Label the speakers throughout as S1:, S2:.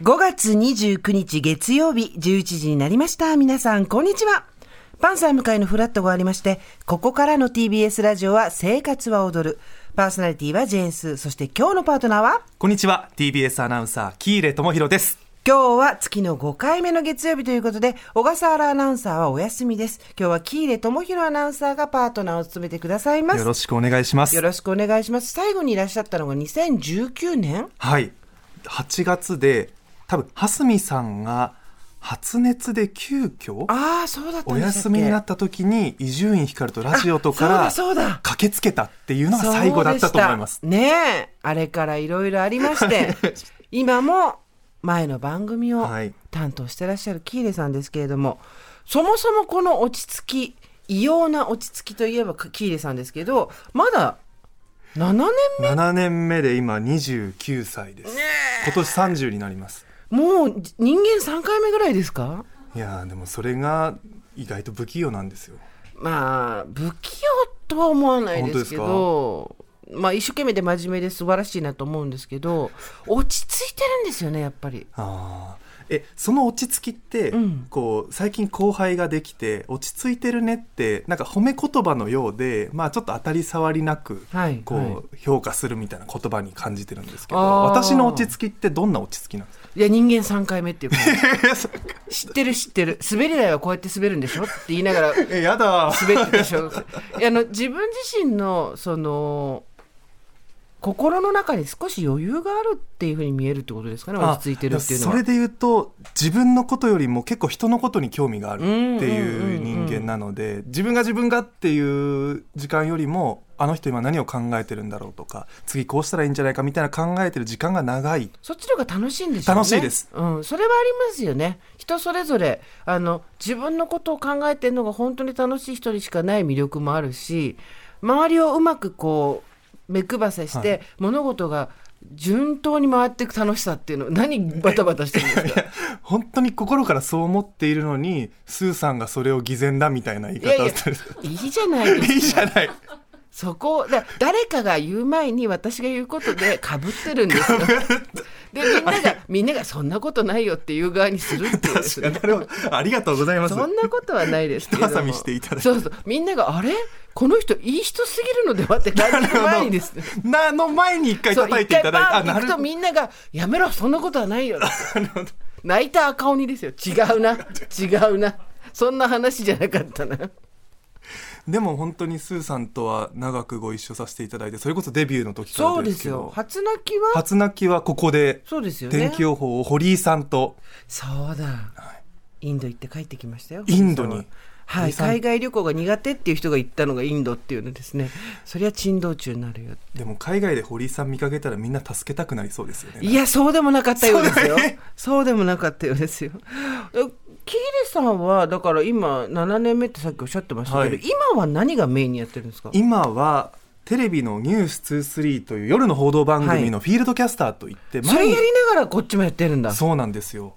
S1: 月29日月曜日11時になりました。皆さん、こんにちは。パンサー向かいのフラットがありまして、ここからの TBS ラジオは生活は踊る。パーソナリティはジェーンスー。そして今日のパートナーは
S2: こんにちは TBS アナウンサー喜入智弘です
S1: 今日は月の5回目の月曜日ということで、小笠原アナウンサーはお休みです。今日は喜入智弘アナウンサーがパートナーを務めてくださいます。
S2: よろしくお願いします
S1: よろしくお願いします。最後にいらっしゃったのが2019年
S2: はい8月で多分蓮見さんが発熱で急遽
S1: ああ、そうだったん
S2: お
S1: でしたっけ
S2: 休みになった時に伊集院光とラジオとか
S1: あ
S2: ら
S1: そうだそうだ
S2: 駆けつけたっていうのが最後だったと思います
S1: そうでしたねえ、あれからいろいろありま して、今も前の番組を
S2: はい
S1: 担当してらっしゃる喜入さんですけれども、そもそもこの落ち着き、異様な落ち着きといえば喜入さんですけど、まだ7年
S2: 7年目で今29歳です、今年30になります
S1: 目、もう人間3回目ぐらいですか
S2: いやーでもそれが意外と不器用なんですよ
S1: まあ、不器用とは思わないですけど、まあ一生懸命で真面目で素晴らしいなと思うんですけど、落ち着いてるんですよね、やっぱり。
S2: あーえその落ち着きって、
S1: うん
S2: こう最近後輩ができて「落ち着いてるね」ってなんか褒め言葉のようで、まあ、ちょっと当たり障りなく、
S1: はい
S2: こう
S1: はい
S2: 評価するみたいな言葉に感じてるんですけど
S1: あー
S2: 私の落ち着きってどんな落ち着きなんですか
S1: いや、人間3回目っていうか、
S2: えそっか
S1: 知ってる知ってる。滑り台はこうやって滑るんでしょって言いながら
S2: えやだー
S1: 滑ってるでしょ。いやあの、自分自身の、その、心の中に少し余裕があるっていうふうに見えるってことですかね、落ち着いてるっていうの
S2: あ
S1: は。
S2: だからそれで言うと自分のことよりも結構人のことに興味があるってい
S1: う
S2: う
S1: んうんうんうん
S2: 人間なので自分が自分がっていう時間よりもあの人今何を考えてるんだろうとか次こうしたらいいんじゃないかみたいな考えてる時間が長い
S1: そっちの方が楽しいんでしょうね。
S2: 楽しいです。
S1: うん、それはありますよね。人それぞれ、あの、自分のことを考えてるのが本当に楽しい人にしかない魅力もあるし、周りをうまくこう、目配せして、
S2: はい
S1: 物事が順当に回っていく楽しさっていうの、何バタバタしてるんで すか
S2: 本当に心からそう思っているのにスーさんがそれを偽善だみたいな言い
S1: いやい
S2: 方
S1: や
S2: をしてる
S1: いいじゃないですか。
S2: いいじゃない
S1: そこをだ誰かが言う前に私が言うことでかぶってるんですよ。で、みんなが、みんながそんなことないよっていう側にするっていうです
S2: 確か
S1: ね
S2: になるほどありがとうございます
S1: そんなことはないですけれども。
S2: 一挟みしていただいて
S1: そうそう。みんなが、あれこの人いい人すぎるのではって感じる前にですね。
S2: なの前に一回叩いていただいて
S1: そう
S2: あ
S1: 一回バーン
S2: な
S1: って行
S2: る
S1: くとみんなが、やめろ、そんなことはない よ。泣いた赤鬼ですよ。違うな、違うな。そんな話じゃなかったな。
S2: でも本当にスーさんとは長くご一緒させていただいてそれこそデビューの時から
S1: そうで
S2: です
S1: す
S2: け
S1: よ
S2: ど。
S1: 初泣きは、
S2: 初泣きはここで
S1: そうですよね。
S2: 天気予報を堀井さんと
S1: そうだ、インド行って帰ってきましたよ
S2: インドに
S1: はい、
S2: さん
S1: 海外旅行が苦手っていう人が行ったのがインドっていうのですねそりゃ珍道中になるよ
S2: でも海外で堀井さん見かけたらみんな助けたくなりそうですよね
S1: いやそうでもなかったようですよ
S2: そう
S1: そう,、
S2: だね
S1: でもなかったようですよえ喜入さんはだから今7年目ってさっきおっしゃってましたけど、
S2: はい
S1: 今は何がメインにやってるんですか
S2: 今はテレビの「ニュース2 3という夜の報道番組のフィールドキャスターといって
S1: それ
S2: に
S1: やりながらこっちもやってるんだ
S2: そうなんですよ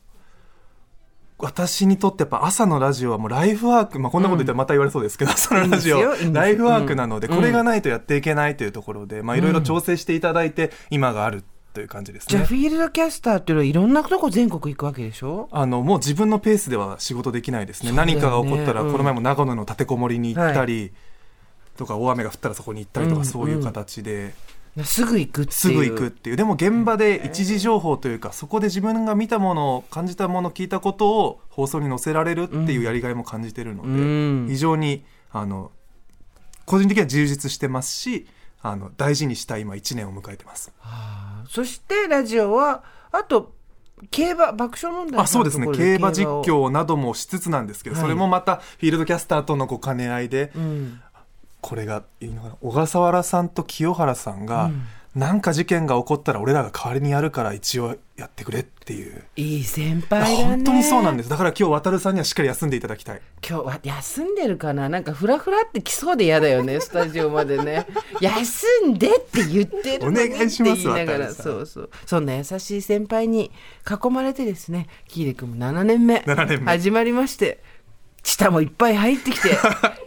S2: 私にとってやっぱ朝のラジオはもうライフワーク、まあ、こんなこと言ったらまた言われそうですけど、朝のラジ
S1: いいんですよいい
S2: オ
S1: んですよ
S2: ライフワークなので、
S1: うん
S2: これがないとやっていけないというところでまあいろいろ調整していただいて今があるという感じです
S1: じゃあ
S2: ね
S1: フ。ィールドキャスターっていうのはいろんなとこ全国行くわけでしょ
S2: あのもう自分のペースでは仕事できないですね
S1: そうだよね
S2: 何かが起こったら、
S1: うん
S2: この前も長野の立てこもりに行ったり、とか大雨が降ったらそこに行ったりとか、
S1: うん
S2: そういう形です
S1: ぐ行くっていう
S2: すぐ行くっていうでも現場で一時情報というかそこで自分が見たもの感じたもの聞いたことを放送に載せられるっていうやりがいも感じてるので、
S1: うん
S2: 非常にあの個人的には充実してますしあの大事にした今1年を迎えてます。
S1: そしてラジオはあと競馬爆笑問題
S2: あそうですね
S1: のところ
S2: 競馬実
S1: を
S2: 況などもしつつなんですけど、
S1: はい
S2: それもまたフィールドキャスターとのご兼ね合いで、
S1: うん
S2: これがいいのかな小笠原さんと清原さんが、なんか事件が起こったら俺らが代わりにやるから一応やってくれっていう。
S1: いい先輩だね
S2: 本当にそうなんですすだから今日渡るさんにはしっかり休んでいただきたい
S1: 今日は休んでるかななんかフラフラって来そうで嫌だよ ねスタジオまでね休んでって言ってるのに
S2: お願いします
S1: って言いなが
S2: 渡
S1: ら
S2: さん
S1: そうそうそんな優しい先輩に囲まれてですね喜入君も7年目
S2: 7年目
S1: 始まりまして下もいっぱい入って きて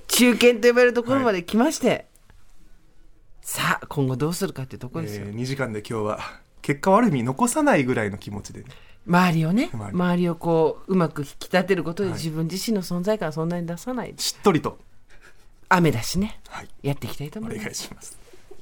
S1: 中堅と呼ばれるところまで来まして、さあ今後どうするかってとこ
S2: え
S1: ですよ、
S2: ー、2時間で今日は結果をある意味残さないぐらいの気持ちで、ね、
S1: 周りをね
S2: 周り
S1: 周りをこううまく引き立てることで
S2: はい
S1: 自分自身の存在感をそんなに出さない、
S2: しっとりと、
S1: 雨だしね
S2: はい、
S1: やっていきたいと
S2: お
S1: 思い
S2: 願
S1: ます
S2: いします。